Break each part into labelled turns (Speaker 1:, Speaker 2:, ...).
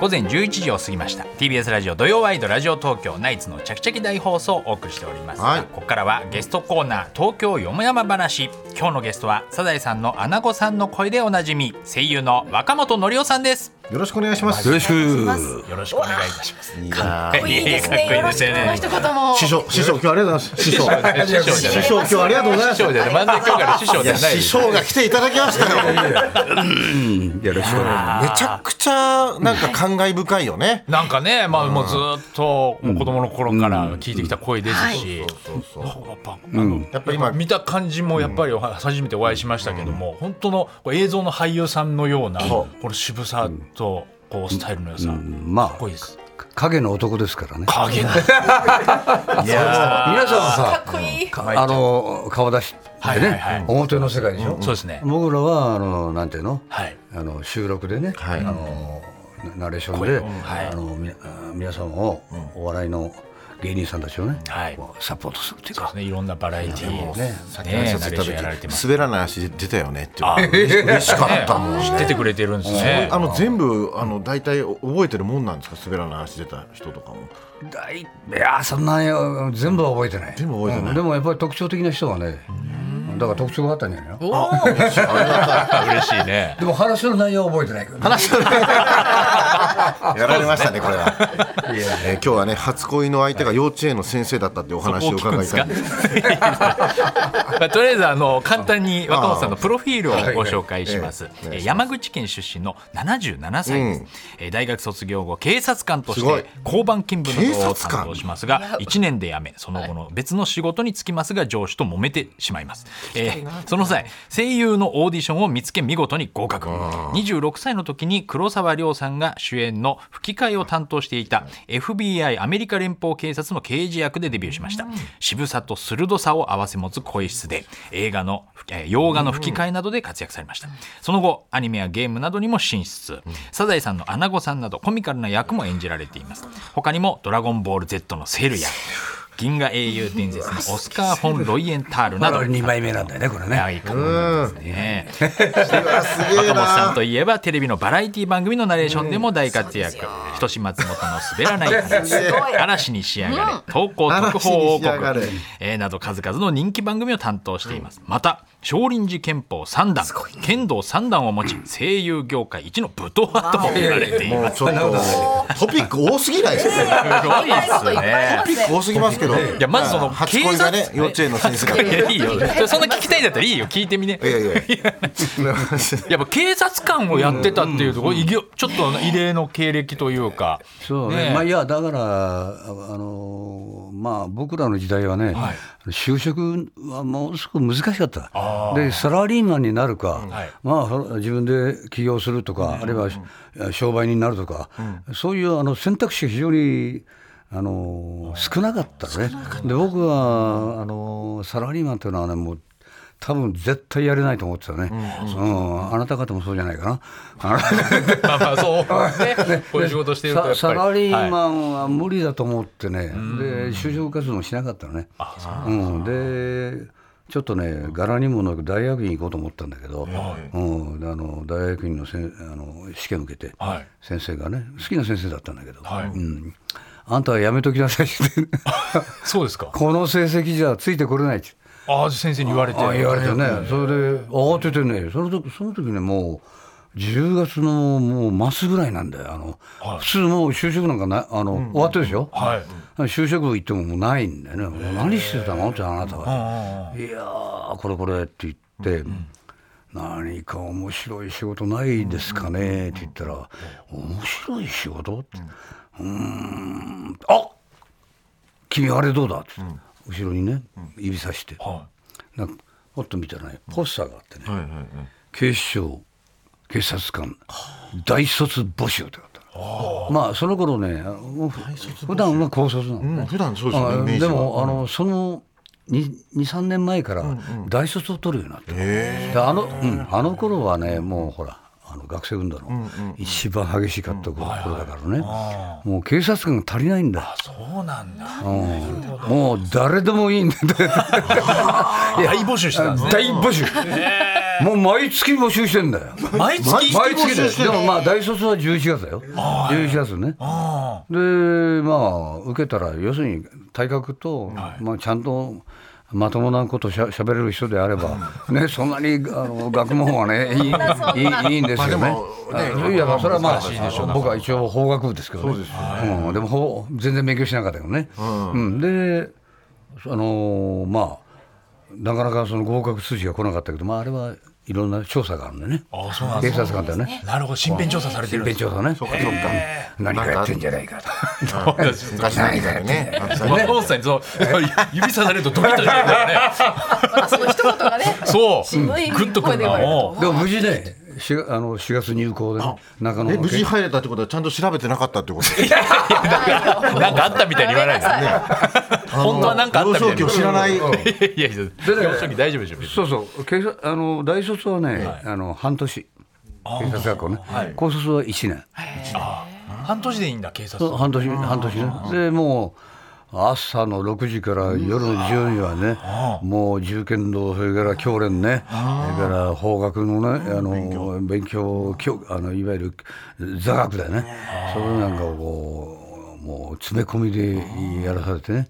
Speaker 1: 午前11時を過ぎました TBS ラジオ土曜ワイドラジオ東京ナイツのちゃきちゃき大放送をお送りしておりますが、
Speaker 2: はい
Speaker 1: ここからはゲストコーナー東京よもやま話今日のゲストはサザエさんのアナゴさんの声でおなじみ声優の若本のりおさんです
Speaker 2: よろしくお願いします
Speaker 3: よろしく。
Speaker 1: よろしくお願いいたします
Speaker 2: いいなあ
Speaker 1: かっ
Speaker 4: いいですね。よろしくこの一言も。
Speaker 2: 師匠師匠今日はありがとうございます師
Speaker 1: 師匠
Speaker 2: 匠
Speaker 1: じゃない
Speaker 2: 師匠今日はありがとうございま
Speaker 1: 師
Speaker 2: す
Speaker 1: 匠じゃない漫才協会の師匠
Speaker 2: い
Speaker 1: じゃ
Speaker 2: や
Speaker 1: ない
Speaker 2: 師匠が来ていただきましたよ
Speaker 3: よろしくお願いしま
Speaker 2: めちゃくちゃなんか感慨深いよね。
Speaker 1: なんかね、まあ、もうずっともう子供の頃から聞いてきた声ですし、やっぱあの
Speaker 2: やっぱ今
Speaker 1: 見た感じもやっぱりお話初めてお会いしましたけども、本当のこう映像の俳優さんのようなこの渋さとこうスタイルの良さ、
Speaker 3: す。うんま
Speaker 1: かっこいい
Speaker 3: あ
Speaker 1: です。
Speaker 3: 影の男ですからね。
Speaker 1: 影の
Speaker 2: いや
Speaker 3: 皆さん
Speaker 4: か
Speaker 3: さ
Speaker 4: っこいい。
Speaker 3: あの顔出し
Speaker 1: は
Speaker 3: っ
Speaker 1: い
Speaker 3: て
Speaker 1: はいはい
Speaker 3: ね表の世界でしょ。
Speaker 1: そうですね。
Speaker 3: 僕らはあのなんていうの
Speaker 1: はい。
Speaker 3: あの収録でねあのナレーション
Speaker 1: 声
Speaker 3: で
Speaker 1: をはい
Speaker 3: あのみあ皆さんをお笑いの芸人さんたちをね
Speaker 1: はい
Speaker 3: こうサポートするっていう
Speaker 1: そうで
Speaker 3: か
Speaker 1: す。ね。いろんなバラエティーね
Speaker 3: ね、
Speaker 1: ね、ナレーションやられてます。
Speaker 2: 滑らない足出たよねっていう
Speaker 1: あ
Speaker 2: 嬉しかったもん
Speaker 1: 知っててくれてるんですね。
Speaker 2: あの全部あの大体覚えてるもんなんですか滑らない足出た人とかも
Speaker 3: 大いやそんなに全部は覚えてない。
Speaker 2: 全部覚えてない
Speaker 3: うんでもやっぱり特徴的な人はね。だから特徴があったんじゃないの。
Speaker 1: 嬉しいね。
Speaker 3: でも話の内容は覚えてないけどね。
Speaker 2: やられましたねこれは、えー今日はね初恋の相手が幼稚園の先生だったっていうお話を伺いたいんです
Speaker 1: まあ、とりあえずあの簡単に若本さんのプロフィールをご紹介します。
Speaker 2: いはい
Speaker 1: えー山口県出身の77歳です、
Speaker 2: うん
Speaker 1: えー大学卒業後警察官とし
Speaker 2: すごい
Speaker 1: て交番勤務などを
Speaker 2: 警察
Speaker 1: 担当
Speaker 2: 官
Speaker 1: しますが1年で辞めその後の別の仕事に就きますが上司と揉めてしまいます、えーその際声優のオーディションを見つけ見事に合格26歳の時に黒沢亮さんが主演の吹き替えを担当していた FBI アメリカ連邦警察の刑事役でデビューしました渋さと鋭さを併せ持つ声質で映画の、えー洋画の吹き替えなどで活躍されましたその後アニメやゲームなどにも進出サザエさんのアナゴさんなどコミカルな役も演じられています他にも「ドラゴンボール Z」のセルや銀河英雄伝説のオスカー・フォン・ロイエンタールな
Speaker 3: ま
Speaker 1: ど
Speaker 3: だ二枚目なんだよねこれね。
Speaker 1: はい、かっこいいですね。
Speaker 2: すげえ
Speaker 1: 若本さん
Speaker 2: な
Speaker 1: といえばテレビのバラエティ番組のナレーションでも大活躍、人志松本の滑らない話嵐に仕上がれ、投稿特報王
Speaker 2: 嵐に仕上がれ
Speaker 1: 国、えーなど数々の人気番組を担当しています、また少林寺拳法三段剣道三段を持ち声優業界一の武闘派とも言われてい
Speaker 2: も
Speaker 1: ま
Speaker 2: う
Speaker 1: す
Speaker 2: ちょっとトピック多すぎないですか
Speaker 1: すごいっす
Speaker 4: いっぱいあ
Speaker 1: ね
Speaker 4: りますね。
Speaker 2: 多すぎますけど
Speaker 1: いやまずその
Speaker 2: 初恋がね幼稚園の先生だ
Speaker 1: いやいいよそんな聞きたいんだったらいいよ聞いてみね
Speaker 2: いやいやい
Speaker 1: やっぱ警察官をやってたっていうところ、異業ちょっと異例の経歴というか。
Speaker 3: そうね
Speaker 1: ねえ
Speaker 3: まあいやだからああのまあ僕らの時代はね、
Speaker 1: はい
Speaker 3: 就職はものすごく難しかったでサラリーマンになるか、
Speaker 1: はい
Speaker 3: まあその自分で起業するとか、あるいは商売人になるとか、そういうあの選択肢が非常にあの少なかったねで僕はあのサラリーマンというのはねもう多分絶対やれないと思ってたね、うんあなた方もそうじゃないかな。あの
Speaker 1: まあまあ、 そう、ね、こういう仕事してると、やっぱり。
Speaker 3: ササラリー
Speaker 1: はい
Speaker 3: マンは無理だと思ってね、で就職活動もしなかったのね、うん、でちょっとね柄にもなく大学院行こうと思ったんだけど、うん、であの大学院のせんあの試験受けて、
Speaker 1: はい
Speaker 3: 先生がね好きな先生だったんだけど、
Speaker 1: はい
Speaker 3: うん、あんたはやめときなさいって
Speaker 1: そうですか。
Speaker 3: この成績じゃついてこれないって。
Speaker 1: ああ、先生に言われて。
Speaker 3: あ言われてね、それで慌ててね、その時その時ね、もう10月のもう末ぐらいなんだよ、あの
Speaker 1: はい
Speaker 3: 普通、もう就職なんかなあの、終わってるでしょ、
Speaker 1: はい。
Speaker 3: 就職行ってももうないんだよね、何してたのってあなたは、いやー、これこれって言って。何か面白い仕事ないですかねって言ったら「面白い仕事?」って「うーんあ君あれどうだ?」って後ろにね指さして
Speaker 1: は
Speaker 3: なんかほっと見たらねポスターがあってね、警視庁警察官大卒募集ってあったのまあその頃ねあの普段は高卒なのね、
Speaker 2: うん普段そうで すよね
Speaker 3: あ
Speaker 2: イメージは
Speaker 3: でも、あのその23年前から大卒を取るようになった、であのうん、あの頃はねもうほらあの学生運動の一番激しかった頃だからね、もう警察官が足りないんだ
Speaker 1: い。そうなんだ。
Speaker 3: うんもう誰でもいいんだいや
Speaker 1: 大募集してたんですね。
Speaker 3: 大募集もう毎月募集してんだよ。
Speaker 1: 毎月
Speaker 3: 毎月
Speaker 2: 募集
Speaker 3: で
Speaker 2: し
Speaker 3: す。
Speaker 2: てる
Speaker 3: でもまあ大卒は11月だよ。11月ね。
Speaker 1: あ
Speaker 3: でまあ受けたら要するに体格と、まあ、ちゃんとまともなことしゃしゃべれる人であれば、ね、そんなにあの学問はねいいいいいいんですよ
Speaker 2: まあ
Speaker 3: ね
Speaker 2: でも。ね
Speaker 3: あいやまあそれはま
Speaker 1: 難しいでしょう
Speaker 3: あ僕は一応法学部ですけどね
Speaker 2: そうです
Speaker 3: うん、でも法全然勉強しなかったけどね。うんであのーまあなかなかその合格筋が来なかったけど、まあ、あれはいろんな調査があるんでね
Speaker 1: あそうなんで
Speaker 3: 警
Speaker 1: すね
Speaker 3: 察官だよね。
Speaker 1: なるほど身辺調査されてるんで
Speaker 3: 勉
Speaker 1: す
Speaker 3: 強だね。そうか、そうか。何かやってんじゃないかと。
Speaker 2: 昔何かでねあった
Speaker 1: 若本さんにその指さされるとドキッとしますからね
Speaker 4: またその一言が ね、
Speaker 1: そう
Speaker 4: 渋い
Speaker 1: グッとく
Speaker 4: 声
Speaker 1: る
Speaker 4: で言われると
Speaker 1: の
Speaker 3: でも無事ね、しあの4月入校でね、中野
Speaker 2: え
Speaker 3: の
Speaker 2: 無事
Speaker 3: け
Speaker 2: 入れたってことはちゃんと調べてなかったってこと
Speaker 1: なんかあったみたいに言わないでね本当はなんかあったみたいに
Speaker 2: 幼少期を知らない
Speaker 1: いやいや幼少期大丈夫でしょ別に
Speaker 3: そうそう、警察あの大卒はね、あの半年、警察学校ね、高卒は1年、
Speaker 1: 半年でいいんだ警察
Speaker 3: そう半年半年ね、でもう朝の6時から夜の10時はね、もう銃剣道それから教練ね、それから法学のね、あの勉強教あのいわゆる座学だよね、それなんかをこうもう詰め込みでやらされてね。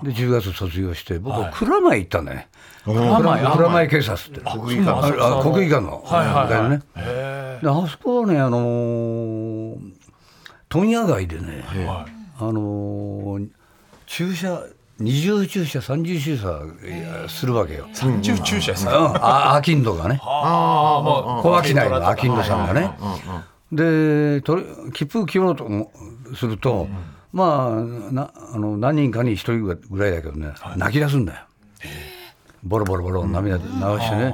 Speaker 3: で10月卒業して僕は蔵前行ったんだね、蔵前蔵前警察って
Speaker 2: 国技館
Speaker 3: ああ国技館の、
Speaker 1: はいはいはい
Speaker 3: ねであそこはねあのー問屋街でね、あのー駐車二重駐車三重駐車いやするわけよ、うん、
Speaker 1: 三重駐車ですか
Speaker 3: あアキンドがね
Speaker 1: ああも
Speaker 3: 小商いのアキンドさんがねで取り切符を切ろうともすると、まあなあの何人かに一人ぐらいだけどね、泣き出すんだよボロボロボロ涙流してね、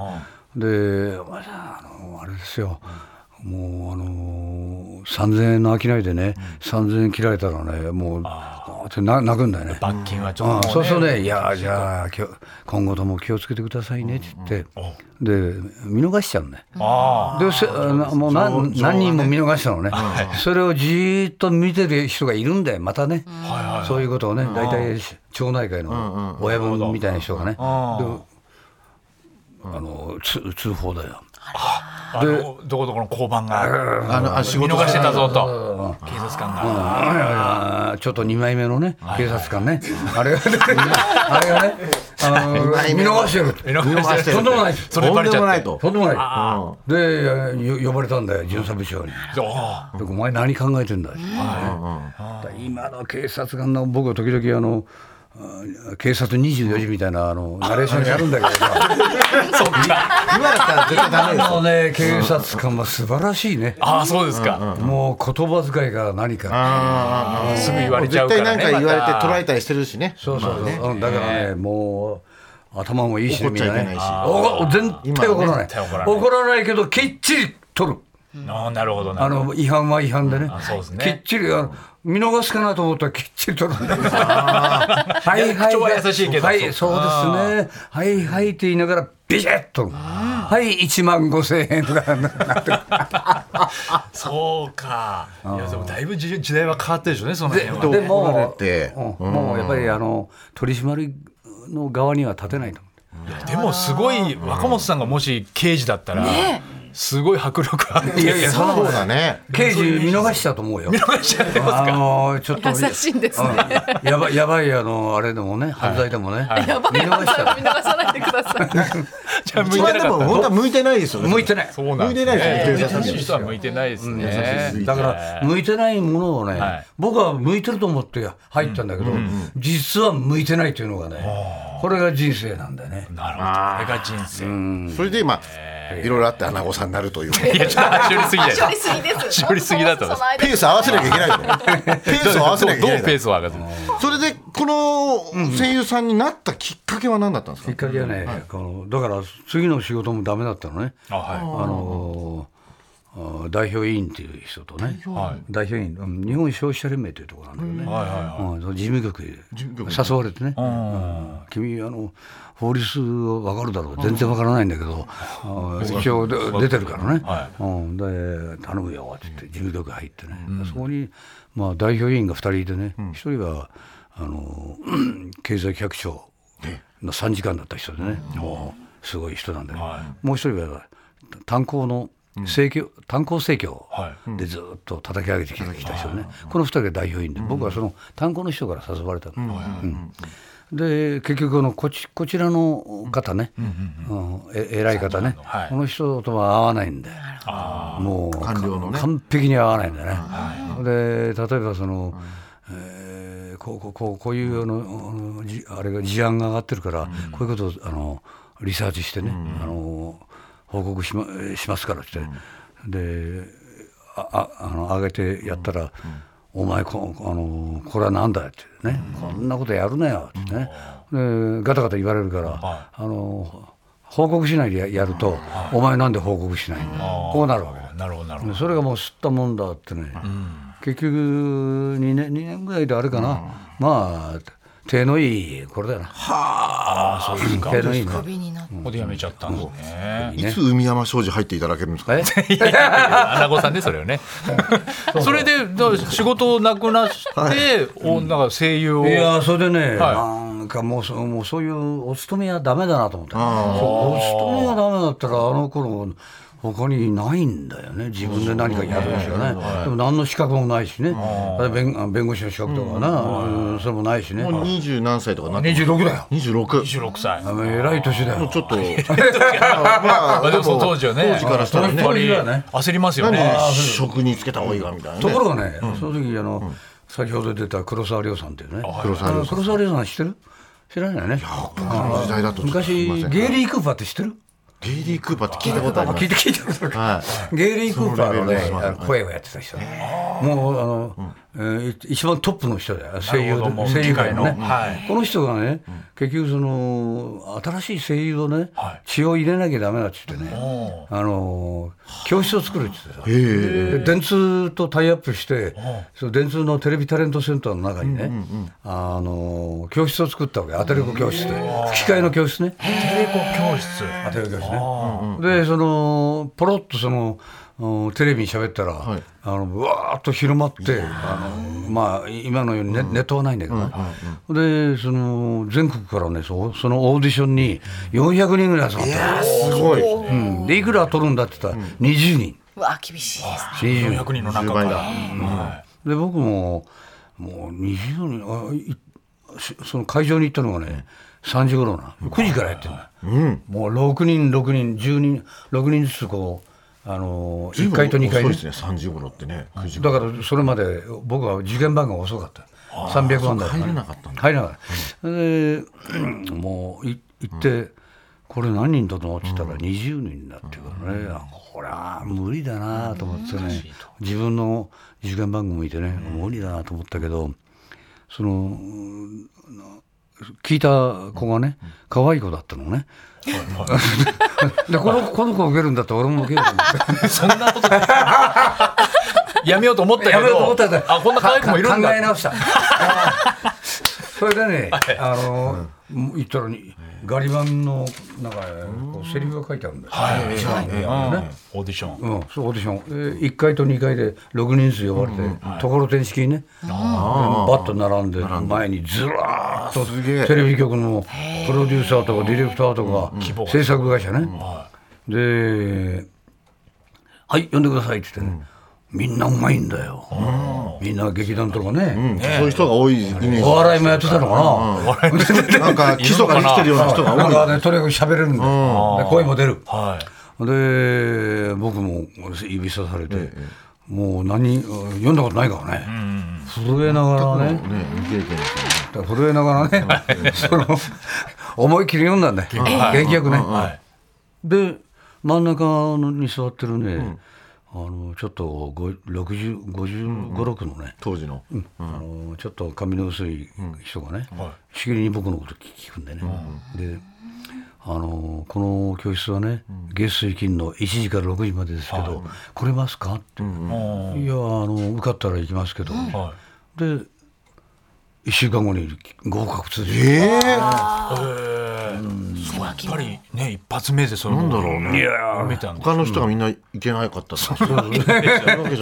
Speaker 3: で「お前さんあのあれですよもうあの3,000円の商いでね、3,000円切られたらねもうあーってな泣くんだよね。
Speaker 1: 罰金はち
Speaker 3: あ
Speaker 1: ょっ
Speaker 3: あ
Speaker 1: と
Speaker 3: そうすると
Speaker 1: ね
Speaker 3: ね「いやーじゃあきょ今後とも気をつけてくださいね」って言って、で見逃しちゃうね。
Speaker 1: あ
Speaker 3: でせなもう何何人も見逃したのね、それをじーっと見てる人がいるんだよまたね、そういうことをね大体町内会の親分みたいな人がね、であのつ通報だよ
Speaker 1: ああのどこどこの交番が
Speaker 2: あのあ仕
Speaker 1: 見
Speaker 2: 事
Speaker 1: 逃してたぞと
Speaker 3: あ
Speaker 1: 警察官が
Speaker 3: あちょっと2枚目のね警察官ね、 あれがあれがねあの見逃してるって
Speaker 1: 見逃して
Speaker 2: る
Speaker 3: とんでもない
Speaker 1: それバレちゃって
Speaker 2: とんで
Speaker 3: とんでもないでよ呼ばれたんだよ巡査部長に。
Speaker 1: あ
Speaker 3: でお前何考えてんだ、はい今の警察官の僕は時々あのあ警察24時みたいなあのナレーションやるんだけどさ
Speaker 1: あそっか
Speaker 2: 今だったら絶対ダメです
Speaker 3: あのね警察官は素晴らしいね
Speaker 1: ああそうですか
Speaker 3: もう言葉遣いが何か
Speaker 1: すぐ言われちゃ
Speaker 2: 絶
Speaker 1: うから
Speaker 2: 対なん
Speaker 1: ね
Speaker 2: か言われて
Speaker 1: また
Speaker 2: 捉らえたりしてるしね
Speaker 3: そうそうそううんだからねもう頭もいいしね
Speaker 2: 怒っちゃいけないし
Speaker 3: みんお全然怒
Speaker 1: 今
Speaker 3: らない
Speaker 1: はね絶対怒らない
Speaker 3: 怒らないけどきっちり取る
Speaker 1: ああなるほどな
Speaker 3: あの違反は違反でね,、
Speaker 1: そうですね
Speaker 3: きっちりあの見逃すかなと思ったらきっちり取るんだよ。 はい
Speaker 1: や口は優しいけど
Speaker 3: は
Speaker 1: そう
Speaker 3: い、そうですね。はいはいって言いながらビシッと。はい、1万5千円とかなって
Speaker 1: そうかいやでもだいぶ時時代は変わってるでしょうねその辺は
Speaker 2: で
Speaker 3: で
Speaker 2: 怒られ
Speaker 3: も、
Speaker 2: て
Speaker 3: うんもうやっぱりあの取り締まりの側には立てないと思う。
Speaker 1: でもすごい若本さんがもし刑事だったら
Speaker 4: ね
Speaker 1: すごい迫力あって
Speaker 3: いやいやそんな
Speaker 2: そう
Speaker 3: ことない
Speaker 2: だね
Speaker 3: 刑事見逃したと思うよ。
Speaker 1: 見逃しちゃってます
Speaker 3: あ
Speaker 1: か
Speaker 3: のちょっと
Speaker 4: 優しいんですね。
Speaker 3: うんやばいやばいあのあれでもね犯罪でもね、
Speaker 4: やばい
Speaker 3: 見
Speaker 4: やば
Speaker 3: 逃した
Speaker 4: い見逃さないでください。
Speaker 1: じゃあ向いて
Speaker 2: 一
Speaker 1: な
Speaker 2: 番で
Speaker 1: か
Speaker 2: も
Speaker 1: った
Speaker 2: 本当は向いてないですよね
Speaker 3: 向いてない。
Speaker 1: そうなん
Speaker 2: 向いてないですね
Speaker 1: 優しい人は向いてないですね
Speaker 2: しい
Speaker 3: だから向いてないものをね、
Speaker 1: はい
Speaker 3: 僕は向いてると思って入ったんだけど、実は向いてないというのがね、これが人生なんだよね。
Speaker 1: なるほどこれが人生
Speaker 2: それで今いろいろあって穴子さんになるという
Speaker 1: いやちょっと走りすぎじゃ
Speaker 4: 処
Speaker 1: ない
Speaker 4: 理すぎです。
Speaker 1: 処理すぎだったんです
Speaker 2: ペース合わせなきゃいけない のペースを合わせ
Speaker 1: ど
Speaker 2: な
Speaker 1: う
Speaker 2: き
Speaker 1: ど
Speaker 2: ゃい
Speaker 1: う
Speaker 2: けな
Speaker 1: ペー
Speaker 2: い
Speaker 1: スを上がる
Speaker 2: のそれでこの声優さんになったきっかけは何だったんです
Speaker 3: きっ
Speaker 2: か
Speaker 3: かけはね、このだから次の仕事もダメだったのね。
Speaker 1: あは
Speaker 3: あのーあ代表委員っていう人とね、代表委員、うん日本消費者連盟というところなんだよね。
Speaker 1: いはいは
Speaker 3: うん、その事務局へ誘われてね、うん君あの法律は分かるだろう全然分からないんだけど、あー一応で出てるからね、
Speaker 1: は
Speaker 3: うん、で頼むよって言って事務局入ってね、そこに、まあ、代表委員が2人いてね一、人は あの経済百庁の3時間だった人でね、もうすごい人なんで、ね
Speaker 1: は
Speaker 3: もう一人は炭鉱の正教、炭鉱正教
Speaker 1: はい
Speaker 3: でずっと叩き上げてきた人ね、この二人が代表員で、僕はその炭鉱の人から誘われたの、うんで結局このこちこちらの方ね、うんえ偉い方ね、
Speaker 1: はい
Speaker 3: この人とは合わないんで。
Speaker 1: あ
Speaker 3: もう
Speaker 2: 官僚のね
Speaker 3: 完璧に合わないんだね。で例えばその、えーこうこうこうこういうあのあのじあれが事案が上がってるから、こういうことをあのリサーチしてね、あの報告しましますからって、であああの上げてやったら。お前こあのこれはなんだってね、こんなことやるなよってね、でガタガタ言われるから、あの報告しないでややると、お前なんで報告しないんだこうなるわけだ
Speaker 1: あなるほどなるほど
Speaker 3: それがもう吸ったもんだってね、結局2年 ,2 年ぐらいであれかな、まあ手のいいこれだよな
Speaker 1: ああそうですか
Speaker 3: 手のいいね
Speaker 4: 首になって
Speaker 1: ここでやめちゃったんですね。
Speaker 2: いつ海山商事入っていただけるんですか
Speaker 3: え
Speaker 1: アナゴさんねそれをね。それでだから仕事をなくなして、おなんか声優を。
Speaker 3: いやそれでね、
Speaker 1: はい
Speaker 3: なんかもうそもうそういうお勤めはダメだなと思ってそうお勤めはダメだったらあの頃他にないんだよね自分で何かやるんですよね、でも何の資格もないしね、弁弁護士の資格とかな、うんそれもないしね、
Speaker 2: もう二十何歳とかなって
Speaker 3: 26だよ
Speaker 2: 二十六
Speaker 1: 十六歳。
Speaker 3: あの偉い年だよ
Speaker 2: ちょっと ま
Speaker 1: まあでもその当時はね。
Speaker 2: 当時からしたらね
Speaker 1: やっぱり
Speaker 3: 当時はね
Speaker 1: 焦りますよ
Speaker 2: 何
Speaker 1: ね。
Speaker 2: 職につけた方がいいかみたいな
Speaker 3: と
Speaker 2: ね
Speaker 3: ころがね、その時あの、先ほど出た黒沢亮さんっていうね
Speaker 2: 黒沢
Speaker 3: あ
Speaker 2: 亮
Speaker 3: の
Speaker 2: さん
Speaker 3: 黒沢亮さん知ってる知らないよね
Speaker 2: 僕の時代だとちょっとす
Speaker 3: 昔
Speaker 2: いません
Speaker 3: ゲイリー・クーパーって知ってる
Speaker 2: ゲイリー・クーパーって聞いたことあります
Speaker 3: 聞いて聞いてくだ
Speaker 2: は
Speaker 3: ゲイリー・クーパーのね
Speaker 2: そのレベルです
Speaker 3: あの声をやってた人もうあの、えー一番トップの人だよ声優
Speaker 1: なるほど
Speaker 3: の声優界のね、
Speaker 1: もうはい
Speaker 3: この人がね結局その新しい声優をね、
Speaker 1: はい
Speaker 3: 血を入れなきゃダメだって言ってね
Speaker 1: お
Speaker 3: あの教室を作るって言ってた
Speaker 2: いへえ
Speaker 3: で電通とタイアップして、その電通のテレビタレントセンターの中にね、あの教室を作ったわけ、アテレコ教室で、吹き替えの教室ね、
Speaker 1: 稽古教室。
Speaker 3: アテレコ教室ね。で、そのポロっとそのうんテレビに喋ったら、
Speaker 2: い
Speaker 3: あのうわーっと広まって、あのまあ今のようにネ,、ネットはないんだけどね、でその全国からねそ、そのオーディションに400人ぐらい集まった、
Speaker 2: すごい
Speaker 3: うんでいくら取るんだって言ったら、20人、
Speaker 4: うわ厳しいです
Speaker 3: 20
Speaker 1: 四
Speaker 3: 人。
Speaker 1: 百人の中
Speaker 2: 10
Speaker 1: か
Speaker 2: 倍
Speaker 1: ら。
Speaker 2: だ
Speaker 1: は
Speaker 3: で僕ももう20年あいしその会場に行ったのがね3時頃な9時からやってるもう6人6人10人6人ずつこうあの1階と2階
Speaker 2: そうで
Speaker 3: ね
Speaker 2: すね3時頃ってね9時
Speaker 3: だからそれまで僕は受験番号が遅かった300番だった
Speaker 2: 入れなかったんだ
Speaker 3: 入れなかったでうんもうい行ってこれ何人だと思ってたら20人になってからねあこれは無理だなと思ってね自分の受験番号見てね無理だなと思ったけどそのうん聞いた子がね可愛い子だったのね でこのこの子受けるんだったら俺も受けると思って
Speaker 1: い。そんなこと。やめようと思ったけど。
Speaker 3: やめようと思ったんだ
Speaker 1: あこんな可愛い子もいるん
Speaker 3: か考え
Speaker 1: だ。
Speaker 3: 直した。それでね、あの、言ったらに、ガリ版の、なんか、こうセリフが書いてあるんだよ。
Speaker 1: はいはい
Speaker 2: ええ
Speaker 1: うんオーディション。
Speaker 3: うん、そうオーディション、1階と2階で6人ずつ呼ばれて、ところてん式にね、バッと並んで前にずらーっと
Speaker 2: すげえ
Speaker 3: テレビ局のプロデューサーとかディレクターとか制作会社ね、で「はい呼んでください」って言ってね、みんなうまいんだよ、みんな劇団とかね、
Speaker 2: そういう人が多いイメ
Speaker 3: お
Speaker 2: ー
Speaker 3: 笑いもやってたのかな、
Speaker 2: ジなんか基礎ができてるような人が
Speaker 3: なん
Speaker 2: 多い
Speaker 3: かねとにかく喋れるんだよ、で声も出る、
Speaker 1: はい。
Speaker 3: で僕も指さされて、もう何読んだことないからね、震えながらね
Speaker 2: ね未経験ですね
Speaker 3: だから震えながらねその思い切り読んだんだよ元気よくね、
Speaker 1: はい。
Speaker 3: で真ん中のに座ってるね、あのちょっと6056のね、
Speaker 2: 当時の
Speaker 3: あのちょっと髪の薄い人がね、しきりに僕のこと聞くんでね、であのこの教室はね、月水金の1時から6時までですけど、来れますかって、いやあの受かったら行きますけど、
Speaker 1: は
Speaker 3: で1週間後に合格通知、
Speaker 2: え
Speaker 1: い。
Speaker 2: え
Speaker 1: やっぱりね一発目でその。
Speaker 2: なんだろうね
Speaker 1: いやー見たんだ。
Speaker 2: 他の人がみんないけなかったそういうわけじゃなく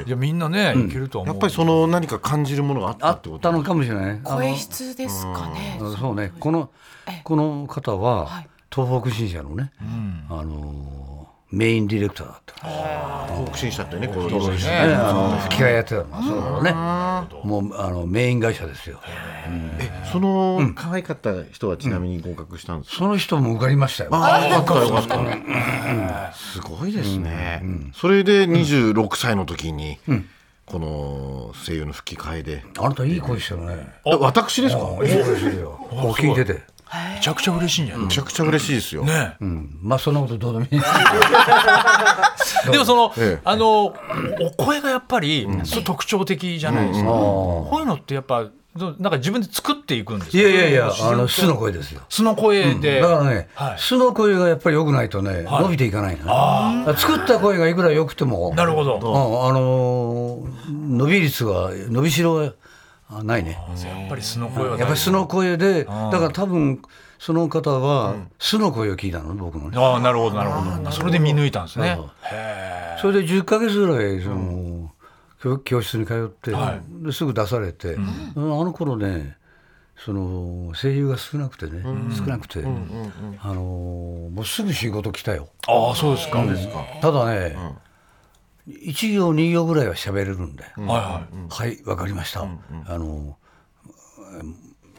Speaker 1: い
Speaker 2: て
Speaker 1: やみんなねいけるとは思
Speaker 2: や
Speaker 1: う。
Speaker 2: っぱりその何か感じるものがあった
Speaker 3: あ
Speaker 2: って
Speaker 3: っ
Speaker 2: こ
Speaker 3: た
Speaker 2: と
Speaker 3: のかもしれないねあの
Speaker 4: 声質ですかね
Speaker 3: そうねこのこの方は、
Speaker 4: はい
Speaker 3: 東北新社のね、あのーメインディレクターだった
Speaker 2: 東北新社ってねこう
Speaker 1: そうですね
Speaker 3: ね、あの吹き替えやってたのはそうだろうね。もうあのメイン会社ですよ。
Speaker 2: その可愛かった人はちなみに合格したんですか、
Speaker 3: その人も受かりましたよ。
Speaker 2: ああよかったよかった、すごいですね、それで26歳の時に、この声優の吹き替えで、
Speaker 3: あなたいい声してるね。
Speaker 2: あ私ですか、
Speaker 3: あいい声してるよ。こう聞いてて。
Speaker 1: めちゃくちゃ嬉しいんじゃない
Speaker 2: めちゃくちゃ嬉しいですよ、
Speaker 1: ねえ
Speaker 3: うんまあそんなことどうでもいいんです
Speaker 1: でもその、
Speaker 2: ええ
Speaker 1: あのお声がやっぱり、そう特徴的じゃないですか、こういうのってやっぱそうなんか自分で作っていくんです
Speaker 3: け
Speaker 1: か
Speaker 3: ど。いやいやいや、あの素の声ですよ。
Speaker 1: 素の声で、
Speaker 3: だからね、
Speaker 1: はい
Speaker 3: 素の声がやっぱり良くないとね、伸びていかないのね。だから作った声がいくら良くても、
Speaker 1: なるほど、
Speaker 3: うんあのー伸び率が伸びしろがあないね。
Speaker 1: やっぱり素の声は
Speaker 3: やっぱり素の声で、だから多分その方は素の声を聞いたのね僕のね。
Speaker 1: ああなるほどなるほどそれで見抜いたんですね
Speaker 3: そうそれで10ヶ月ぐらいその、教教室に通って、
Speaker 1: は
Speaker 3: ですぐ出されて、あの頃ねその声優が少なくてね、少なくて、あのもうすぐ仕事来たよ
Speaker 1: ああそうですか、はい
Speaker 3: ただね、一1行2行ぐらいは喋れるんだよ、
Speaker 1: は
Speaker 3: はいわかりました、あの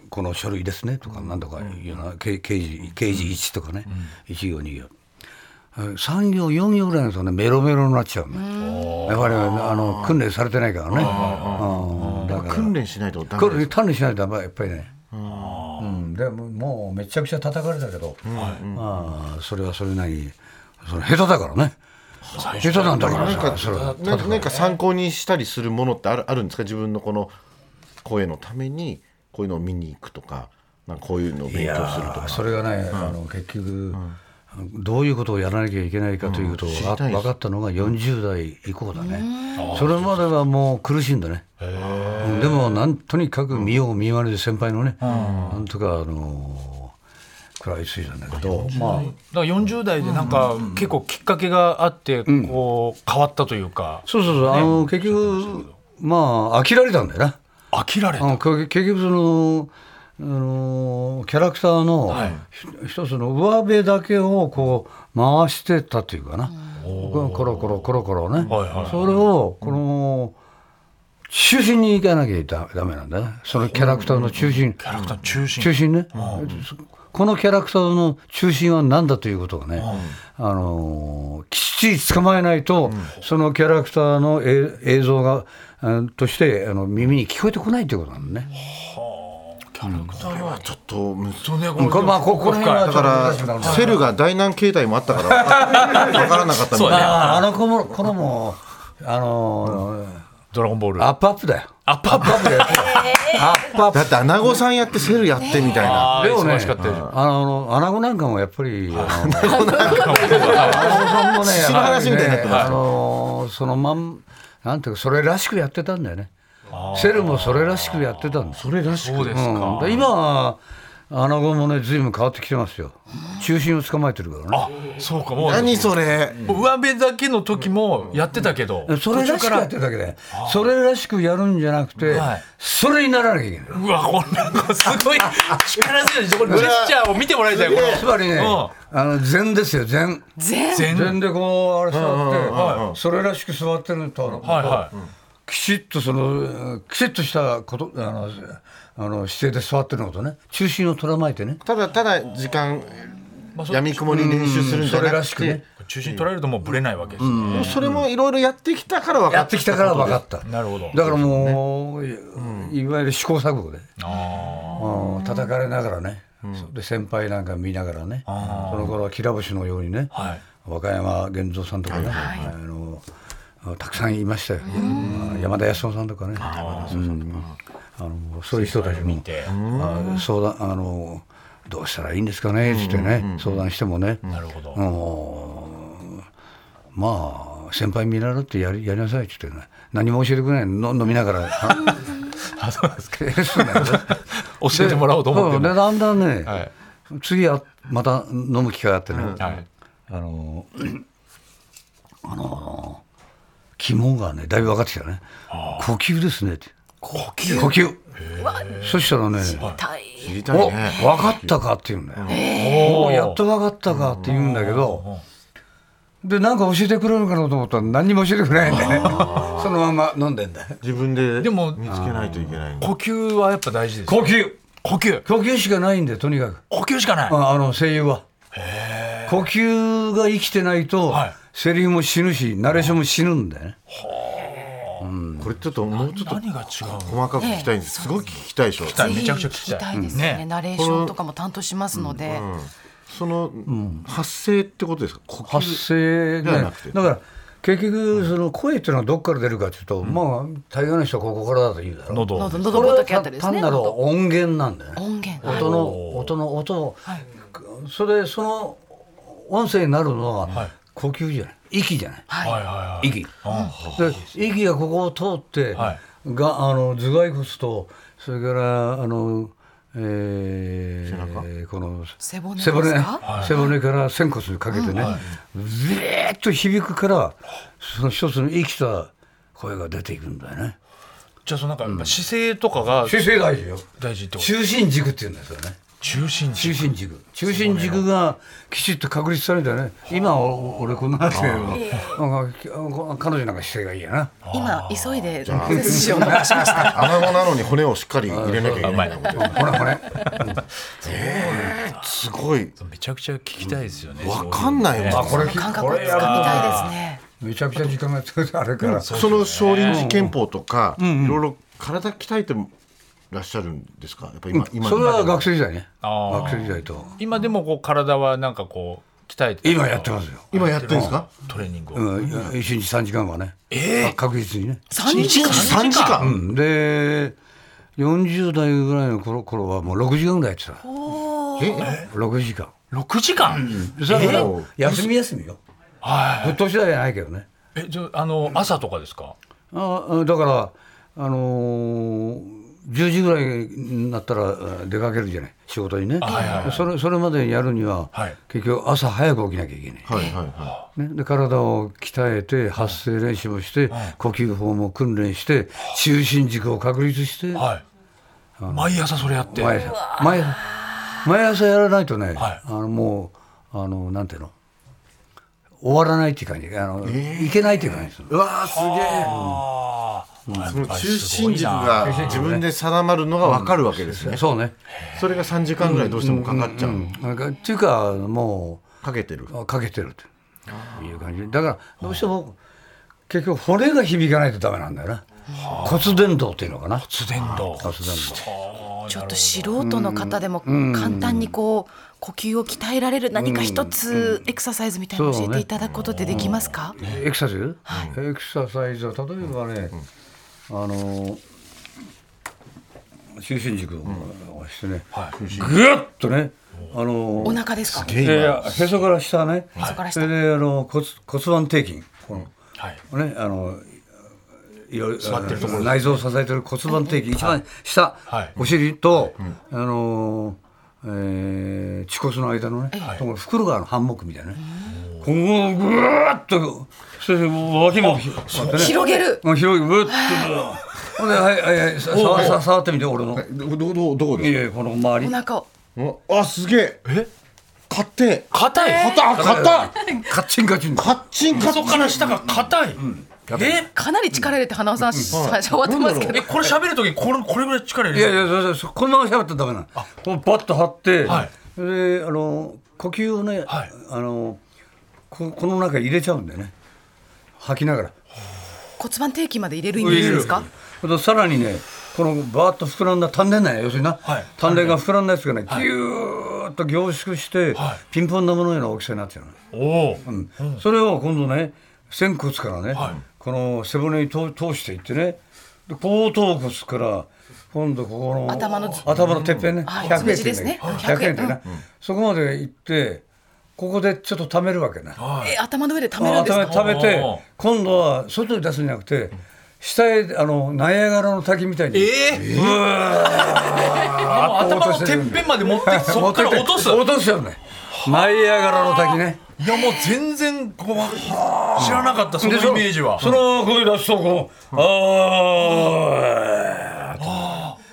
Speaker 3: この書類ですねとか何とかいうな、け刑事刑事1とかね、1行2行3行4行ぐらいのとねメロメロになっちゃうね、やはりあの訓練されてないからね、うんだから
Speaker 2: 訓練しないとダ
Speaker 3: こ
Speaker 2: メで
Speaker 3: れ
Speaker 2: す
Speaker 3: 鍛錬しないとやっぱりねうん、でももうめちゃくちゃ叩かれたけど、まあそれはそれなりにそれ下手だからね下手なんだから
Speaker 2: なん
Speaker 3: さ
Speaker 2: か
Speaker 3: それは
Speaker 2: ななんか参考にしたりするものってあるあるんですか自分のこの声のためにこういうのを見に行くとかなんかこういうのを勉強すると
Speaker 3: あ
Speaker 2: か
Speaker 3: それがね、あの結局、どういうことをやらなきゃいけないかということを、
Speaker 2: 知
Speaker 3: あ
Speaker 2: りたいです
Speaker 3: 分かったのが40代以降だね、それまではもう苦しんだね、うんでもなんとにかく見よう見まねで先輩のね、なんとかあの食らいついたんだけど、まあ
Speaker 1: いだから40代でなんか結構きっかけがあってこう変わったというか、
Speaker 3: そうそうそう、あの結局まあ飽きられたんだよな
Speaker 1: 飽きられ
Speaker 3: あ
Speaker 1: た、
Speaker 3: の結結局そのあのキャラクターの
Speaker 1: はい
Speaker 3: ひ一つの上辺だけをこう回してたというかな、コロコロコロコロね、
Speaker 1: はいはい
Speaker 3: それをこの中心に行かなきゃダダメなんだねそのキャラクターの中心、
Speaker 1: キャラクターの中心
Speaker 3: 中心ね、そこのキャラクターの中心は何だということがね、あのーきっちり捕まえないと、そのキャラクターのえ映像が、うんとしてあの耳に聞こえてこないということなのね。
Speaker 2: これはちょっとむず
Speaker 1: そうねこ
Speaker 3: うんこれまあここら辺は
Speaker 2: だからセルが第何形態もあったからわからなかったみ
Speaker 1: そう
Speaker 2: た
Speaker 1: だ
Speaker 2: い
Speaker 1: ね
Speaker 3: ああの子もこのもあのー
Speaker 1: ドラゴンボール
Speaker 3: アップアップだよ。
Speaker 1: アップアップアップ
Speaker 3: アップアップ
Speaker 2: だって穴子さんやってセルやってみたいな
Speaker 1: ああ
Speaker 3: でもね
Speaker 1: 忙しかったでしょ
Speaker 3: あの、アナゴなんかもやっぱり、あの、アナゴさんもね、
Speaker 2: 土の話みたいになってます
Speaker 3: あの、そのまん、なんていうか、それらしくやってたんだよね。セルもそれらしくやってたんです。
Speaker 2: それらし
Speaker 1: そう
Speaker 2: く
Speaker 1: です
Speaker 3: うん、
Speaker 1: か、
Speaker 3: で今は、アナゴもね、ずいぶん変わってきてますよ。中心を捕まえてるからね。
Speaker 1: あそうかもう
Speaker 2: 何それ
Speaker 1: 上辺だけの時もやってたけど、
Speaker 3: それらしくやってるだけで、それらしくやるんじゃなくて
Speaker 1: はい、
Speaker 3: それにならなきゃいけない。
Speaker 1: うわこんなのすご い力強いこれジェスチャーを見てもらいたいこの
Speaker 3: つまりね、
Speaker 1: う
Speaker 3: あの禅ですよ禅
Speaker 4: 全
Speaker 1: 全
Speaker 3: 禅でこうあれ座
Speaker 1: は
Speaker 3: ってそれらしく座ってるのと
Speaker 1: はいはい、
Speaker 3: きちっとそのきちっとしたことあのあの姿勢で座ってるのとね中心をとらまえてね
Speaker 2: ただただ時間
Speaker 1: まあ、そ
Speaker 2: やみくもに練習するんじゃな
Speaker 3: それら
Speaker 2: く
Speaker 3: しく
Speaker 2: て
Speaker 3: ね
Speaker 1: 中心取られるともうブレないわけですね、
Speaker 2: もうそれもいろいろやってきたから分か
Speaker 3: や
Speaker 2: っ
Speaker 3: ってきたから分かった
Speaker 1: なるほど
Speaker 3: だからもういいわゆる試行錯誤で
Speaker 1: あ
Speaker 3: うん叩かれながらねで先輩なんか見ながらねその頃はきら星のようにね
Speaker 1: あはい
Speaker 3: 和歌山源三さんとかね、あのたくさんいましたよ、あ山田康夫さんとかね、うんあのそういう人たちも
Speaker 1: て
Speaker 3: あ相談あのどうしたらいいんですかねっつってね、相談してもね、
Speaker 1: なるほど、
Speaker 3: うんまあ先輩見習ってやりやりなさいっつってね何も教えてくれないの飲みな がらは
Speaker 1: あそうなんですか
Speaker 3: そうなんだよ
Speaker 1: 教えてもらおうと思って
Speaker 3: うんで
Speaker 1: も
Speaker 3: だんだんね、
Speaker 1: はい
Speaker 3: 次はまた飲む機会があってね、
Speaker 1: はい
Speaker 3: あのあの肝がねだいぶ分かってきたね呼吸ですねって
Speaker 4: 呼
Speaker 3: 呼吸
Speaker 4: わ
Speaker 3: そしたらね
Speaker 4: 痛
Speaker 2: 知り
Speaker 4: い。
Speaker 3: 「お
Speaker 2: たい
Speaker 3: 分
Speaker 2: ね
Speaker 3: かったか」って言うんだよ
Speaker 1: お
Speaker 3: お
Speaker 1: ー
Speaker 3: やっと分かったかって言うんだけど、で、なんか教えてくれるかなと思ったら、何にも教えてくれないんでね、そのまま飲んでんだよ。
Speaker 2: 自分で
Speaker 1: でも
Speaker 2: 見つけないといけないんだ
Speaker 1: 呼吸はやっぱ大事ですよ
Speaker 3: 吸
Speaker 1: 呼吸
Speaker 3: 呼吸しかないんで、とにかく。
Speaker 1: 呼吸しかない
Speaker 3: ああの、声優は。呼吸が生きてないと、
Speaker 1: はい
Speaker 3: セリフも死ぬし、ナレーションも死ぬんだよね。
Speaker 2: これちょっともうちょっと
Speaker 1: 何が違うの
Speaker 2: 細かく聞きたいんですすごい聞きたいでしょ
Speaker 1: たい
Speaker 4: ぜひ
Speaker 1: めちゃくちゃ聞きたい
Speaker 4: 聞きたいですよ
Speaker 1: ね
Speaker 4: ね。ナレーションとかも担当しますので。
Speaker 2: その発声ってことですか呼
Speaker 3: 発
Speaker 2: 吸
Speaker 3: 声
Speaker 2: では
Speaker 3: ね
Speaker 2: なくて
Speaker 3: だから結局その声っていうのはどっから出るかっていうと、まあ大概の人はここからだと言うだろう
Speaker 1: 喉
Speaker 4: 喉
Speaker 3: こ
Speaker 4: 喉
Speaker 3: れは
Speaker 4: 仏あ
Speaker 3: 単
Speaker 4: たりですね。
Speaker 3: なる
Speaker 4: 喉
Speaker 3: 音源なんだよね
Speaker 4: 音源。はい
Speaker 3: 音の音の音を、それその音声になるのは呼吸じゃない息じゃない
Speaker 1: はいは
Speaker 4: はいい。
Speaker 1: はい
Speaker 3: 息、で息がここを通って、
Speaker 1: はい
Speaker 3: があの頭蓋骨とそれからあのえー、この
Speaker 4: 背骨です
Speaker 3: 背骨
Speaker 4: か？
Speaker 3: 背骨から仙骨にかけてね、ずーっと響くからその一つの生きた声が出ていくんだよね
Speaker 1: じゃあそのなんか姿勢とかが
Speaker 3: 姿勢大事よ
Speaker 1: 大事ってこと
Speaker 3: 中心軸って言うんですよね
Speaker 1: 中心
Speaker 3: 中心軸中心軸がきちっと確立されたね今お俺こんな話だけどなんかき彼女なんか姿勢がいいやな
Speaker 4: 今急いで背筋を伸ばしました。
Speaker 2: 穴子なのに骨をしっかり入れなきゃいけないんだ
Speaker 3: ほらほら
Speaker 2: すごい
Speaker 1: めちゃくちゃ聞きたいですよね
Speaker 2: わかんない
Speaker 3: あ
Speaker 2: もん
Speaker 3: これ
Speaker 4: 感覚
Speaker 3: こ
Speaker 4: をつか
Speaker 3: れ
Speaker 4: み
Speaker 3: やば
Speaker 4: たいですね。
Speaker 3: めちゃくちゃ時間がかかるから
Speaker 2: その少林寺拳法とかいろいろ体鍛えてらっしゃるんですかやっぱ今今
Speaker 3: それは学生時代ね
Speaker 1: あー
Speaker 3: 学生時代と
Speaker 1: 今でもこう体はなんかこう鍛えて
Speaker 3: 今やってますよ、
Speaker 2: 今やってるんですか
Speaker 1: トレーニングを、
Speaker 3: うん、1日3時間はね、
Speaker 1: え
Speaker 3: か確実にね
Speaker 4: 三
Speaker 2: 一
Speaker 4: 時
Speaker 2: 日
Speaker 4: 間。
Speaker 2: 三時間
Speaker 3: うんで40代ぐらいの頃頃はもう6時間ぐらいやってた
Speaker 2: え
Speaker 3: 6時間
Speaker 1: 六時間、
Speaker 3: それはね休み休みよ
Speaker 1: は
Speaker 3: ぶっ通しだじゃないけどね
Speaker 1: いえじゃああの朝とかですか
Speaker 3: ああだからあのー10時ぐらいになったらあ出かけるじゃない仕事にね、
Speaker 1: はいはいはい
Speaker 3: それそれまでにやるには、
Speaker 1: はい
Speaker 3: 結局朝早く起きなきゃいけない、
Speaker 2: はいはいは
Speaker 3: ね、で体を鍛えて発声練習もして、呼吸法も訓練して中心軸を確立して、
Speaker 1: はい毎朝それやって
Speaker 3: 毎朝毎朝毎朝やらないとね、
Speaker 1: はい
Speaker 3: あのもうあのなんていうの終わらないっていう感じあの、いけないっていう感じです
Speaker 2: いわあすげえ
Speaker 1: ああ
Speaker 2: その中心軸が自分で定まるのが分かるわけですね、
Speaker 3: そうね
Speaker 2: それが3時間ぐらいどうしてもかかっちゃう、
Speaker 3: なんかっていうかも
Speaker 2: かけてる
Speaker 3: うかけてるという感じだからどうしても結局骨が響かないとダメなんだよな骨伝導っていうのかな
Speaker 1: 自然と
Speaker 3: 骨伝導
Speaker 4: ちょっと素人の方でも簡単にこう呼吸を鍛えられる何か一つエクササイズみたいなの教えていただくことってできますか？
Speaker 3: エクササイズ、エクササイズは例えばね、あの中心軸を押してね、ぐっとねあの
Speaker 4: お腹ですか？
Speaker 3: いやいやへそから下ね、
Speaker 4: へそから下
Speaker 3: それであの骨骨盤底筋この、
Speaker 1: はい
Speaker 3: ねあのいろいろ内臓を支えてる骨盤底筋、一番下、
Speaker 1: はい
Speaker 3: お尻と、あのえー恥骨の間のね、
Speaker 1: い
Speaker 3: ところ袋があのハンモックみたいなね、ここをぐーっとそして脇もこうやってね
Speaker 4: 広げる。
Speaker 3: もう広いぐーっとほんではいはいはいさ触さ触ってみて俺の
Speaker 2: どどどどこ
Speaker 3: いやいやこの周
Speaker 4: お
Speaker 3: り
Speaker 4: 腹を。
Speaker 2: あすげえ
Speaker 1: え
Speaker 2: 硬い
Speaker 1: 硬い、
Speaker 2: 硬い硬い
Speaker 3: カッチンカチン
Speaker 2: カッチンカ
Speaker 1: そこから下が硬い、え
Speaker 4: かなり力入れて花尾さん触ってますけ
Speaker 1: え
Speaker 4: ど。
Speaker 1: これ喋るときにこれこれぐらい力入
Speaker 3: い
Speaker 1: れ
Speaker 3: や
Speaker 1: る
Speaker 3: いやそうそうこのまましゃべったらダメなのこのバッと張って、
Speaker 1: はい
Speaker 3: であの呼吸をね、
Speaker 1: はい
Speaker 3: あのここの中に入れちゃうんだよね吐きながら
Speaker 4: 骨盤底筋まで入れるイメージですか？
Speaker 3: あとさらにねこのバーッと膨らんだ丹田内要するにな、
Speaker 1: はい
Speaker 3: 丹田が膨らんだやつがね、ぎゅーっと凝縮して、
Speaker 1: はい
Speaker 3: ピンポン玉のような大きさになってるのね、
Speaker 1: おお、
Speaker 3: うんそれを今度ね仙骨からね、
Speaker 1: はい
Speaker 3: この背骨に通通していってねで後頭骨から今度ここの
Speaker 4: 頭の
Speaker 3: 頭のてっぺんね、
Speaker 4: はい
Speaker 3: 100円
Speaker 4: つむじですね
Speaker 3: 100円ってな、そこまで行ってここでちょっと貯めるわけな、
Speaker 1: はい
Speaker 4: え頭の上で溜める
Speaker 3: あ
Speaker 4: んです
Speaker 3: 頭
Speaker 4: か？
Speaker 3: に貯めて
Speaker 1: おー
Speaker 3: 今度は外に出すんじゃなくて下へあのナイアガラの滝みたいに、
Speaker 1: えー、
Speaker 3: ーっと
Speaker 1: 頭
Speaker 3: 落と
Speaker 1: の
Speaker 3: して
Speaker 1: て
Speaker 3: る
Speaker 1: っぺんまで持ってきてそこから落とす
Speaker 3: 落とすよねナイアガラの滝ね
Speaker 1: いやもう全然こう知らなかったその
Speaker 3: でそ
Speaker 1: イメージは
Speaker 3: その声出すとこう「あー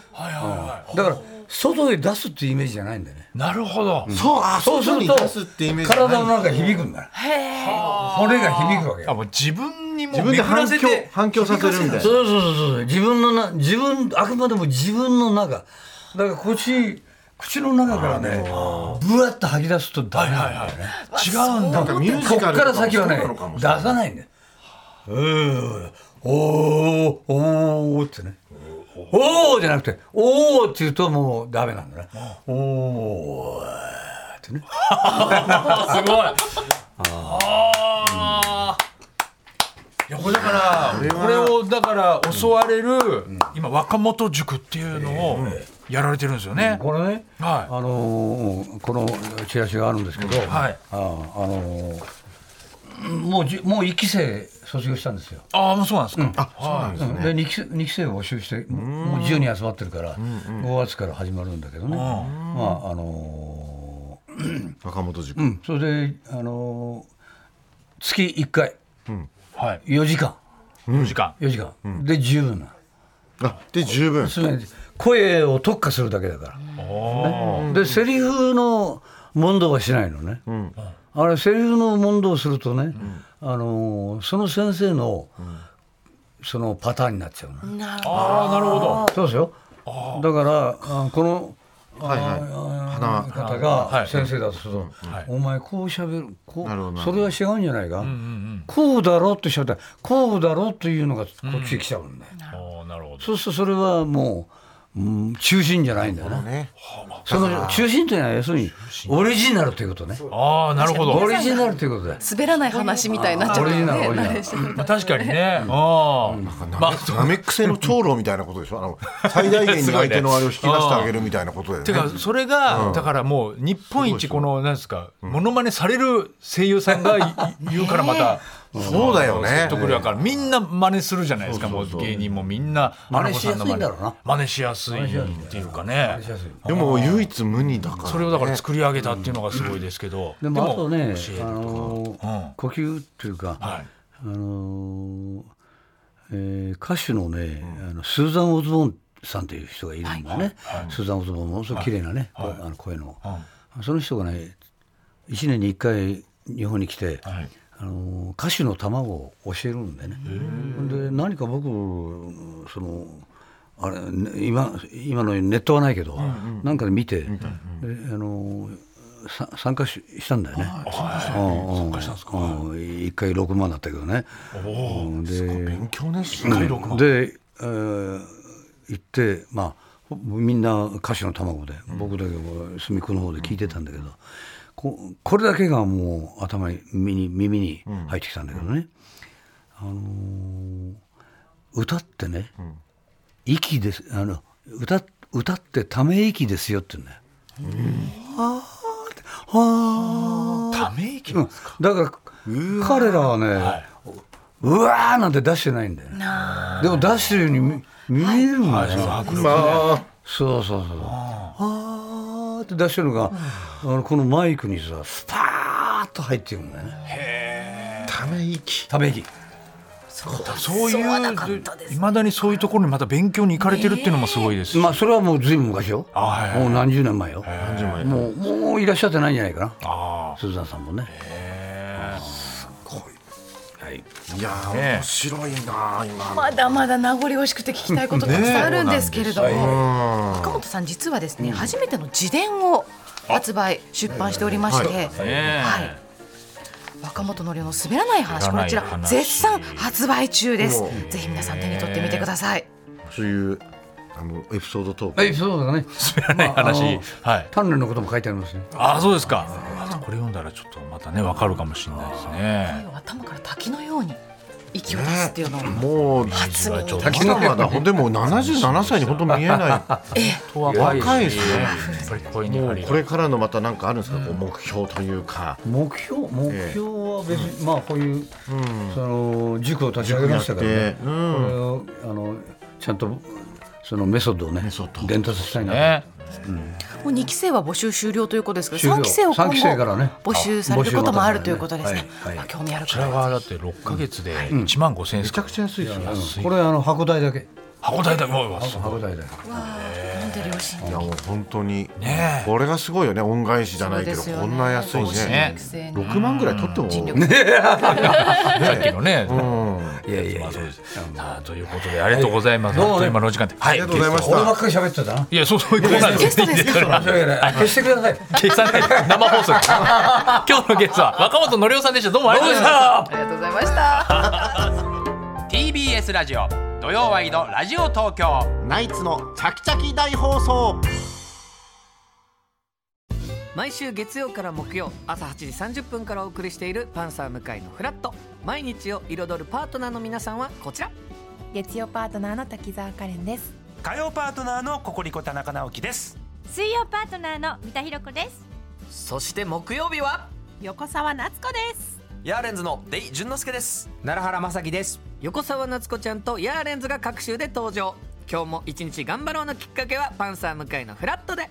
Speaker 3: だから外で出すっていうイメージじゃないんだよね
Speaker 1: なるほど、
Speaker 2: そうあ
Speaker 3: そうすると
Speaker 2: 外に出すってイメージない
Speaker 3: 体の中に響くんだよ骨が響くわけ
Speaker 1: あ
Speaker 3: よ
Speaker 1: もう自分にも
Speaker 2: 自分で反響反響させるんだよ
Speaker 3: そうそうそうそう自分のな自分あくまでも自分の中だから口口の中からねぶわっと吐き出すとダメなんだよね、
Speaker 1: 違うんだ
Speaker 2: なんかミュージカ
Speaker 3: こ
Speaker 2: ル
Speaker 3: っから先はね
Speaker 2: そうなのかも
Speaker 3: 出
Speaker 2: しれない
Speaker 3: さないんだよ。うーおーおーってね。おーじゃなくておーって言うともうダメなんだね。おーって
Speaker 1: すご
Speaker 3: ね。
Speaker 1: いあーいやこれだからこれをだから教われる、今若元塾っていうのをやられてるんですよね、
Speaker 3: これね、
Speaker 1: はい
Speaker 3: あのーこのチラシがあるんですけど、
Speaker 1: はい
Speaker 3: あーあのーもうじもう一期生卒業したんですよ。
Speaker 1: ああもうそうなんですか、あ
Speaker 2: そうなんです
Speaker 3: で
Speaker 2: ね
Speaker 3: 二期生二期生を募集してもう10人集まってるから5月から始まるんだけどね、まああのー
Speaker 2: 若本塾、
Speaker 3: うん、それで、あのー月1回
Speaker 1: はい
Speaker 3: 4時間
Speaker 1: 4時間、
Speaker 3: 4時間、で十分な
Speaker 2: あで十分
Speaker 3: つまり声を特化するだけだから、ねでセリフの問答はしないのね、あれセリフの問答をするとね、あのーその先生の、そのパターンになっちゃうの、
Speaker 4: なる
Speaker 1: ああなるほど
Speaker 3: そうですよだからあこの
Speaker 2: はいはい
Speaker 3: あ
Speaker 2: 花
Speaker 3: 方
Speaker 1: は
Speaker 3: が
Speaker 1: い
Speaker 3: 先生だとすると
Speaker 1: はい
Speaker 3: 「お前こうしゃべるこ
Speaker 2: なるほど
Speaker 3: う
Speaker 2: なる
Speaker 3: そ
Speaker 2: ほ
Speaker 3: れは違うんじゃないかこうだろ」ってしゃべったら「こうだろ」というのがこっちに来ちゃうんだよ
Speaker 1: ああなるほど
Speaker 3: そうするとそれはもううん中心じゃないんだよね
Speaker 2: ね
Speaker 3: その中心というのは要するにオリジナルということね
Speaker 1: ああなるほど
Speaker 3: オリジナルということだよ
Speaker 4: 滑らない話みたいになっちゃう
Speaker 3: オリジナル
Speaker 4: ね
Speaker 3: オリジナル
Speaker 4: 何でしたっけ
Speaker 1: まあ確かにね。ああ。
Speaker 2: な
Speaker 1: まあ
Speaker 2: めなめっくせの長老みたいなことでしょあの最大限に相手のあれを引き出してあげるみたいなことだよ
Speaker 1: て
Speaker 2: ね
Speaker 1: かそれが、だからもう日本一このなんですかモノマネされる声優さんがいい言うからまた
Speaker 2: そうだよね
Speaker 1: 説得力だからみんな真似するじゃないですかもう芸人もみんな
Speaker 3: 真似しやすいんだろうな
Speaker 1: 真似しやすいっていうかね
Speaker 2: でも唯一無二だから、ね、
Speaker 1: それをだから作り上げたっていうのがすごいですけど
Speaker 3: でもあとね
Speaker 1: 教える
Speaker 3: あのー
Speaker 1: うん
Speaker 3: 呼吸っていうか
Speaker 1: はい
Speaker 3: あのーえー歌手のね、あのスーザン・オズボーンさんという人がいるんだね、スーザン・オズボーンものすごく綺麗なね、声あの声の、その人がね1年に1回日本に来て、
Speaker 1: はい
Speaker 3: あのー歌手の卵を教えるんでねで何か僕そのあれね今今のネットはないけど、なんかで見て、であのーさ参加ししたんだよね。参加したんですか。うん一回6万だったけどね。うんで、
Speaker 2: 勉強熱心
Speaker 3: で、えー行ってまあほみんな歌手の卵で、僕だけは隅っこの方で聞いてたんだけど、ここれだけがもう頭に耳に耳に入ってきたんだけどね、あのー歌ってね、息ですあの歌歌ってため息ですよって言うんだよ。
Speaker 1: ため息
Speaker 3: うんだから彼らはね、うわーなんて出してないんだよね
Speaker 4: な
Speaker 3: でも出してるように見見えるんだよ、
Speaker 2: ま
Speaker 3: そうそうそうあーって出してるのが、あのこのマイクにさスパーッと入ってるんだよね
Speaker 2: あため息
Speaker 3: ため息
Speaker 1: そうい
Speaker 4: そうはなか
Speaker 1: う
Speaker 4: ったです
Speaker 1: いまだにそういうところにまた勉強に行かれてるっていうのもすごいですし
Speaker 3: まあそれはもうずいぶん昔よ
Speaker 1: あはい
Speaker 3: もう何十年前よ
Speaker 2: 何枚
Speaker 3: もうもういらっしゃってないんじゃないか
Speaker 1: あ
Speaker 3: なスーザンさんもね
Speaker 2: いやー、
Speaker 1: ね
Speaker 2: 面白いなー今の
Speaker 4: まだまだ名残惜しくて聞きたいことたくさんあるんですけれども、
Speaker 2: うん
Speaker 4: 岡本さん実はですね、初めての自伝を発売出版しておりまして、
Speaker 1: あね
Speaker 4: はい若本のりおの滑らない
Speaker 1: 滑
Speaker 4: 話
Speaker 1: ら
Speaker 4: こ
Speaker 1: ない
Speaker 4: ちら
Speaker 1: 話
Speaker 4: 絶賛発売中ですぜひ皆さん手に取ってみてください
Speaker 2: そういうあのエピソードトーク
Speaker 3: はいそうだね
Speaker 1: 滑 らない話、
Speaker 3: まああの
Speaker 1: はい
Speaker 3: 鍛錬のことも書いてありますよ
Speaker 1: ああそうですかこれ読んだらちょっとまたねわかるかもしれないですね
Speaker 4: 頭から滝のように息を出すっていうのを
Speaker 2: もう
Speaker 4: 初耳に
Speaker 2: 滝のまだほんでも77歳に本当見えない若いですね
Speaker 1: やっぱり声に
Speaker 2: も
Speaker 1: 張
Speaker 2: う
Speaker 1: り
Speaker 2: これからのまたなんかあるんですか、こう目標というか
Speaker 3: 目標目標は別に、まあこういう、その塾を立ち上げましたから
Speaker 2: やっ
Speaker 3: ね
Speaker 2: て、うん
Speaker 3: これをあのちゃんとそのメソッドをね
Speaker 2: ソッド
Speaker 3: 伝達したいなと、
Speaker 1: ね
Speaker 4: もう2期生は募集終了ということですけ
Speaker 3: 終
Speaker 4: ど
Speaker 3: 了
Speaker 4: 3期生を今
Speaker 3: 三
Speaker 4: 後
Speaker 3: 期生からね
Speaker 4: 募集されることもあるということですね
Speaker 3: あはいはい
Speaker 4: まあ興味あ
Speaker 1: こ
Speaker 4: る
Speaker 1: ち
Speaker 4: 方
Speaker 1: ら
Speaker 4: は
Speaker 1: はだって6ヶ月で1万5千円です
Speaker 2: めちゃ
Speaker 1: か
Speaker 2: くちゃ安いですよ
Speaker 3: これあの箱代だけ
Speaker 1: 箱代だけうわすごい
Speaker 3: 箱代だけ
Speaker 4: なん当良心
Speaker 2: いやもう本当に、
Speaker 1: ねえ
Speaker 2: これがすごいよね恩返しじゃないけど、
Speaker 4: そうですよね
Speaker 2: こんな安い
Speaker 1: そうです
Speaker 2: ね
Speaker 1: ね
Speaker 2: 6万ぐらい取っても
Speaker 4: 尽力
Speaker 1: さっきのね。
Speaker 2: うん
Speaker 3: いやいやい
Speaker 1: ま
Speaker 3: や
Speaker 1: あそうです。さあということでありがとうございます。あっという間のお時間で。はい。あり
Speaker 2: がとうございました
Speaker 3: 俺ばっかり喋ってたな。
Speaker 1: いやそうそういうことなんです。
Speaker 4: ゲストですよ
Speaker 3: だから消してください。
Speaker 1: 消さない生放 送。今日のゲストは若本のりおさんでした。どうもありがとうございました。
Speaker 4: ありがとうございました。
Speaker 1: TBS ラジオ土曜ワイドラジオ東京
Speaker 5: ナイツのチャキチャキ大放送
Speaker 6: 毎週月曜から木曜朝8時30分からお送りしている「パンサー向井のフラット」毎日を彩るパートナーの皆さんはこちら
Speaker 7: 月曜パートナーの滝沢カレンです
Speaker 8: 火曜パートナーのココリコ田中直樹です
Speaker 9: 水曜パートナーの三田寛子です
Speaker 6: そして木曜日は
Speaker 7: 横澤夏子です
Speaker 8: ヤーレンズのデイ純之介です奈良原まさです
Speaker 6: 横澤夏子ちゃんとヤーレンズが各週で登場今日も一日頑張ろうのきっかけは「パンサー向井のフラットで」